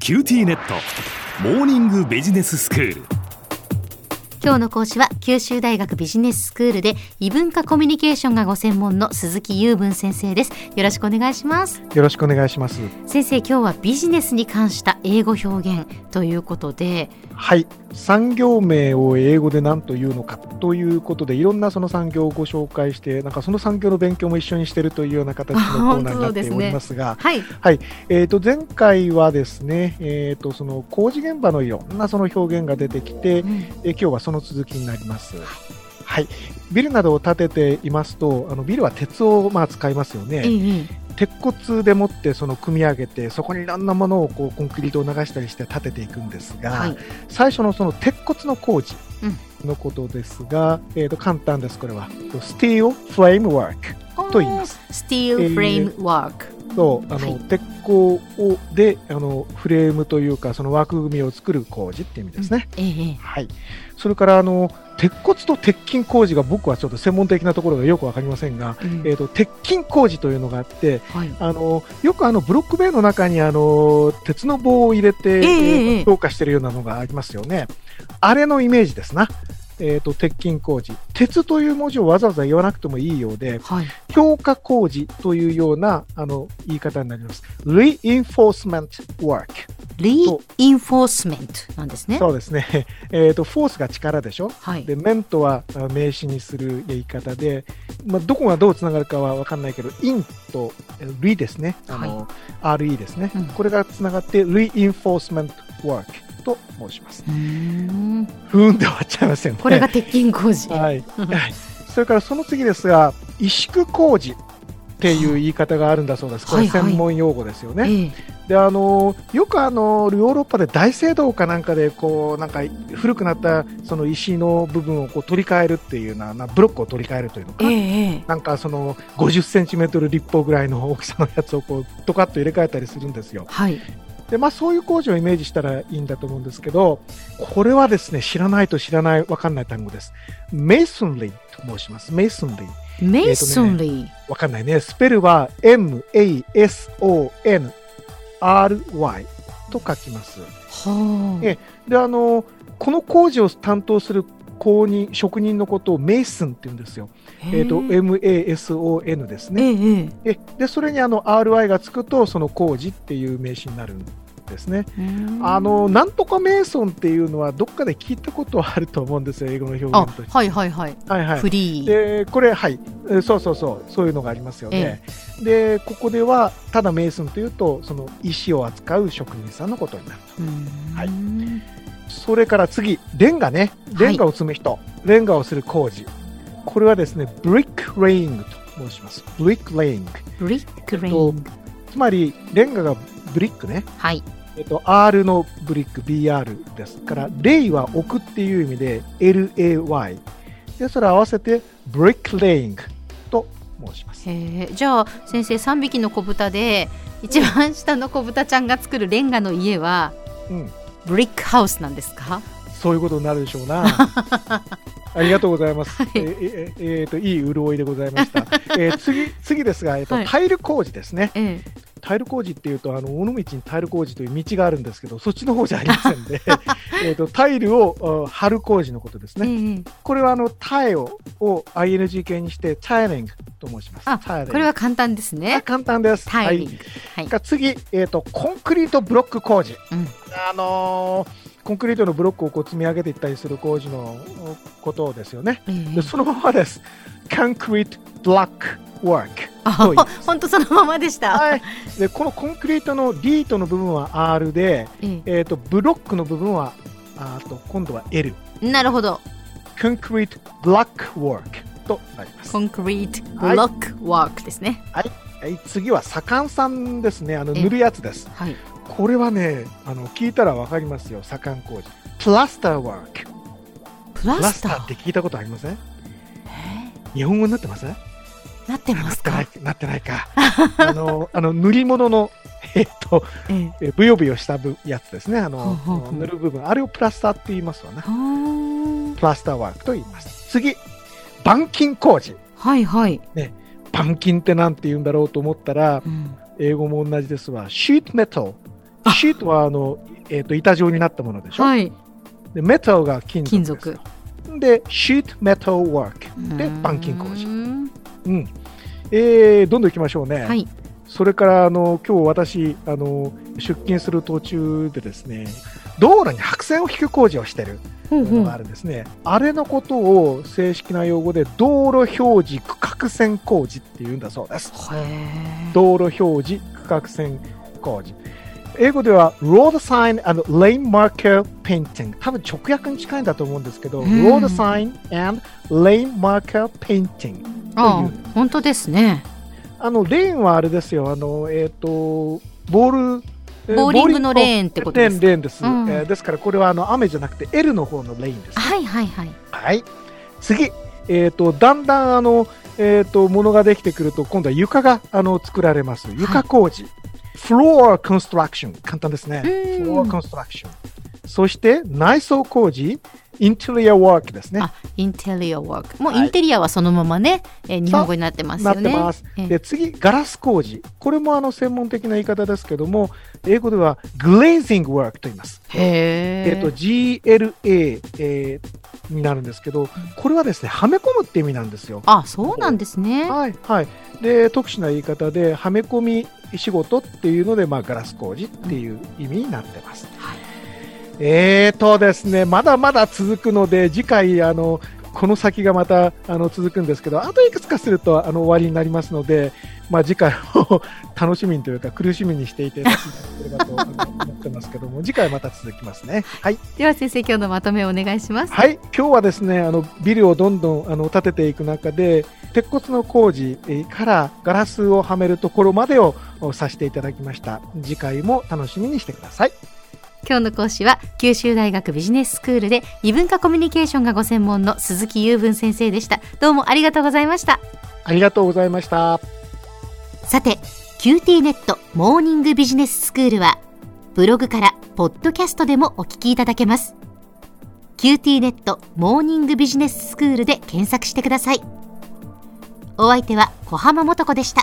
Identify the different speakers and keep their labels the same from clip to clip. Speaker 1: キューティーネットモーニングビジネススクール
Speaker 2: 今日の講師は九州大学ビジネススクールで異文化コミュニケーションがご専門の鈴木雄文先生ですよろしくお願いします
Speaker 3: よろしくお願いします。
Speaker 2: 先生今日はビジネスに関した英語表現ということで
Speaker 3: はい。産業名を英語で何というのかということで、いろんなその産業をご紹介して、なんかその産業の勉強も一緒にしてるというような形のコーナーになっておりますが、
Speaker 2: はい
Speaker 3: えっ、と、前回はですね、えっ、と、その工事現場のいろんなその表現が出てきて、えー今日はその続きになります。はい。ビルなどを建てていますと、あのビルは鉄をまあ使いますよね。
Speaker 2: いいいい
Speaker 3: 鉄骨でもってその組み上げて、そこにいろんなものをこうコンクリートを流したりして建てていくんですが、
Speaker 2: はい
Speaker 3: 最初のその鉄骨の工事のことですが、えー、と簡単です、これは。Steel Framework と言います。
Speaker 2: スティールフレームワーク
Speaker 3: とあの、
Speaker 2: はい
Speaker 3: 鉄鋼をであのフレームというか、その枠組みを作る工事っていう意味ですね。
Speaker 2: ええ
Speaker 3: はい、それからあの鉄骨と鉄筋工事が僕はちょっと専門的なところがよくわかりませんが、
Speaker 2: うん
Speaker 3: えー、と鉄筋工事というのがあって、
Speaker 2: はい
Speaker 3: あのよくあのブロック塀の中にあの鉄の棒を入れて、
Speaker 2: ええ
Speaker 3: 強化してるようなのがありますよね。あれのイメージですな。えー、と鉄筋工事。鉄という文字をわざわざ言わなくてもいいようで、
Speaker 2: はい
Speaker 3: 強化工事というようなあの言い方になります。reinforcement work。
Speaker 2: リインフォースメントなんですね
Speaker 3: そうですね。 えー、と、フォースが力でしょ
Speaker 2: はい
Speaker 3: で、メントはあ名詞にする言い方で、まあ、どこがどうつながるかは分かんないけど、インとえーリですね、あの RE ですね、
Speaker 2: うん
Speaker 3: これがつながって、Reinforcement Work と申します。
Speaker 2: うーん
Speaker 3: ふーんで終わっちゃいますよね。
Speaker 2: これが鉄筋工事
Speaker 3: はい、
Speaker 2: うん
Speaker 3: はいそれからその次ですが、萎縮工事っていう言い方があるんだそうです、こ
Speaker 2: は
Speaker 3: れ、
Speaker 2: いはい
Speaker 3: 専門用語ですよね。
Speaker 2: ええ
Speaker 3: であのよくあのヨーロッパで大聖堂かなんかでこうなんか古くなったその石の部分をこう取り替えるっていうななブロックを取り替えるというのか
Speaker 2: え
Speaker 3: な、
Speaker 2: え
Speaker 3: なんかその50センチメートル立方ぐらいの大きさのやつをこうドカッと入れ替えたりするんですよ
Speaker 2: はい
Speaker 3: で、まあ、そういう工事をイメージしたらいいんだと思うんですけどこれはですね知らないと知らないわかんない単語ですメイソンリーと申しますメイソンリー
Speaker 2: メイソンリー
Speaker 3: わかんないね。スペルは M-A-S-O-N-R-Y と書きます。
Speaker 2: はあ
Speaker 3: えで、あの、この工事を担当する工人、職人のことをメイスンって言うんですよ。えっ、と、M-A-S-O-N です
Speaker 2: え
Speaker 3: ね。
Speaker 2: ええ
Speaker 3: えで、それにあの RY がつくと、その工事っていう名詞になるんですね。
Speaker 2: え
Speaker 3: あの、なんとかメイソンっていうのは、どっかで聞いたことはあると思うんですよ、英語の表
Speaker 2: あ
Speaker 3: 現として。
Speaker 2: はいはいはい、
Speaker 3: はいはい
Speaker 2: フリー
Speaker 3: でこれはいえーそうそうそうそういうのがありますよね、でここではただメイソンというとその石を扱う職人さんのことになる
Speaker 2: うーん
Speaker 3: はいそれから次レンガねレンガを積む人、レンガをする工事これはですねブリックレイングと申しますブリックレイング
Speaker 2: ブリックレイ
Speaker 3: と
Speaker 2: ン
Speaker 3: つまりレンガがブリックね
Speaker 2: はい
Speaker 3: えっと、R のブリック、BR ですから、レイは置くっていう意味で、LAY。で、それを合わせて、ブリックレイングと申します。
Speaker 2: へえじゃあ先生3匹の子豚で一番下の子豚ちゃんが作るレンガの家は
Speaker 3: うん、
Speaker 2: ブリックハウスなんですか
Speaker 3: そういうことになるでしょう な。ありがとうございます。
Speaker 2: はい
Speaker 3: ええええーといい潤いでございました。えー次次ですが、えっと
Speaker 2: はい
Speaker 3: タイル工事ですね。
Speaker 2: え
Speaker 3: タイル工事っていうとあの尾道にタイル工事という道があるんですけど、そっちの方じゃありませ んで、えっとタイルをあ張る工事のことです
Speaker 2: ええ
Speaker 3: ね。
Speaker 2: え
Speaker 3: これはあのタイをを ING 形にしてタイリングと申します。
Speaker 2: あ
Speaker 3: タイリング
Speaker 2: これは簡単です
Speaker 3: はい
Speaker 2: ね
Speaker 3: 簡単です。
Speaker 2: タイミ
Speaker 3: は
Speaker 2: ン
Speaker 3: い。
Speaker 2: グはい、
Speaker 3: が次、えっ、とコンクリートブロック工事。
Speaker 2: うん
Speaker 3: あのーコンクリートのブロックをこう積み上げていったりする工事のおことですよね。
Speaker 2: ええ
Speaker 3: でそのままです。Concrete Block Work。
Speaker 2: あ
Speaker 3: そう言います
Speaker 2: 本当そのままでした、
Speaker 3: はい。でこのコンクリートのリートの部分は R で、
Speaker 2: え
Speaker 3: えっ、とブロックの部分はあーと今度は L。
Speaker 2: えなるほど
Speaker 3: Concrete Block Work となります。
Speaker 2: コンクリートブロックワークですね
Speaker 3: はい、次は左官さんですね、あの
Speaker 2: え
Speaker 3: 塗るやつです。
Speaker 2: はい
Speaker 3: これはね、あの聞いたらわかりますよ、左官工事。プラスターワーク。
Speaker 2: プラ
Speaker 3: プラ
Speaker 2: ス
Speaker 3: スタ
Speaker 2: タ
Speaker 3: ー
Speaker 2: ー
Speaker 3: って聞いたことありません
Speaker 2: え
Speaker 3: 日本語になってます
Speaker 2: えなって
Speaker 3: な
Speaker 2: ま
Speaker 3: っ
Speaker 2: す
Speaker 3: て
Speaker 2: か
Speaker 3: ない、なってないか。 あの、あの塗り物の、 えっと、
Speaker 2: ええ
Speaker 3: えぶよぶよしたぶやつですね、あ
Speaker 2: ほう
Speaker 3: の
Speaker 2: ほうほう、
Speaker 3: 塗る部分、あれをプラスターって言いますわな。
Speaker 2: はー
Speaker 3: プラスターワークと言います。次、板金工事。
Speaker 2: はいはい、
Speaker 3: 板金ってなんて言うんだろうと思ったら、
Speaker 2: うん
Speaker 3: 英語も同じですわ。シートメタル。シートはあの、えー、と板状になったものでしょ、
Speaker 2: はい。
Speaker 3: でメタルが金属です
Speaker 2: 金
Speaker 3: でシートメタルワークで板金工事
Speaker 2: う、ん
Speaker 3: うんえーどんどんいきましょうね、
Speaker 2: はい。
Speaker 3: それからあの今日私あの出勤する途中でですね道路に白線を引く工事をしてる
Speaker 2: ほう
Speaker 3: のがあるんですね、あれのことを正式な用語で道路表示区画線工事っていうんだそうです
Speaker 2: う。へえ。
Speaker 3: 道路表示区画線工事英語では Road Sign and Lane Marker Painting 多分直訳に近いんだと思うんですけど、
Speaker 2: うん
Speaker 3: Road Sign and Lane Marker Painting
Speaker 2: あ
Speaker 3: という
Speaker 2: あ、本当ですね。
Speaker 3: あのレーンはあれですよあのえっ、とボールえ
Speaker 2: ボーリングのレーンってことですか
Speaker 3: レーンレーンです、
Speaker 2: うん
Speaker 3: えーですからこれはあの雨じゃなくて L の方のレーンです
Speaker 2: はいはいはい。
Speaker 3: はい次えっ、とだんだんあのえっ、とものができてくると今度は床があの作られます床工事、フロアコンストラクション簡単ですね
Speaker 2: うん
Speaker 3: フロアコンストラクションそして内装工事インテリアワークですね
Speaker 2: あ、インテリアワーク。もう
Speaker 3: はい
Speaker 2: インテリアはそのままね、えー日本語になってますよ
Speaker 3: なっ
Speaker 2: ね。
Speaker 3: てます。
Speaker 2: ええ
Speaker 3: で、次、ガラス工事。これもあの専門的な言い方ですけども、英語ではグレージングワークと言います。
Speaker 2: へえ。
Speaker 3: えっと、GLA、えーになるんですけど、これはですね、はめ込むって意味なんですよ。
Speaker 2: あ、そうなんですね。
Speaker 3: はい、はい。で、特殊な言い方で、はめ込み仕事っていうので、まあ、ガラス工事っていう意味になってます。
Speaker 2: はい
Speaker 3: えーとですね、まだまだ続くので、次回、あの、この先がまた、あの、続くんですけど、あといくつかすると、あの、終わりになりますので、まあ、次回を 楽しみにというか、苦しみにしていていただければとあの思ってますけども、次回また続きますね。はい。
Speaker 2: では先生、今日のまとめをお願いします。
Speaker 3: はい、今日はですね、あの、ビルをどんどん、あの、建てていく中で、鉄骨の工事えーからガラスをはめるところまでをおさせていただきました。次回も楽しみにしてください。
Speaker 2: 今日の講師は九州大学ビジネススクールで異文化コミュニケーションがご専門の鈴木雄文先生でしたどうもありがとうございました
Speaker 3: ありがとうございました。
Speaker 2: さて QT ネットモーニングビジネススクールはブログからポッドキャストでもお聞きいただけます QT ネットモーニングビジネススクールで検索してくださいお相手は小浜もとこでした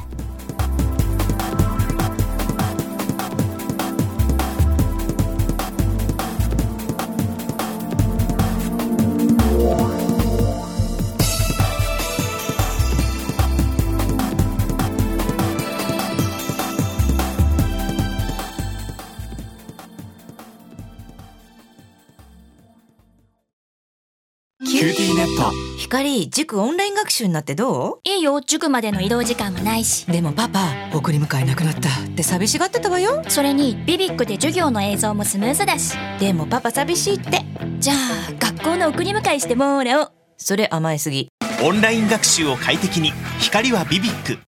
Speaker 1: キューティーネット
Speaker 4: ひかり塾オンライン学習になってど
Speaker 5: いいよ塾までの移動時間もないし
Speaker 4: うでもパパ送り迎えなくなったって寂しがってたわよ
Speaker 5: それにビビックで授業の映像もスムーズだし
Speaker 4: でもパパ寂しいって
Speaker 5: じゃあ学校の送り迎えしてもらおう
Speaker 4: それ甘えすぎ
Speaker 6: オンライン学習を快適に光はビビック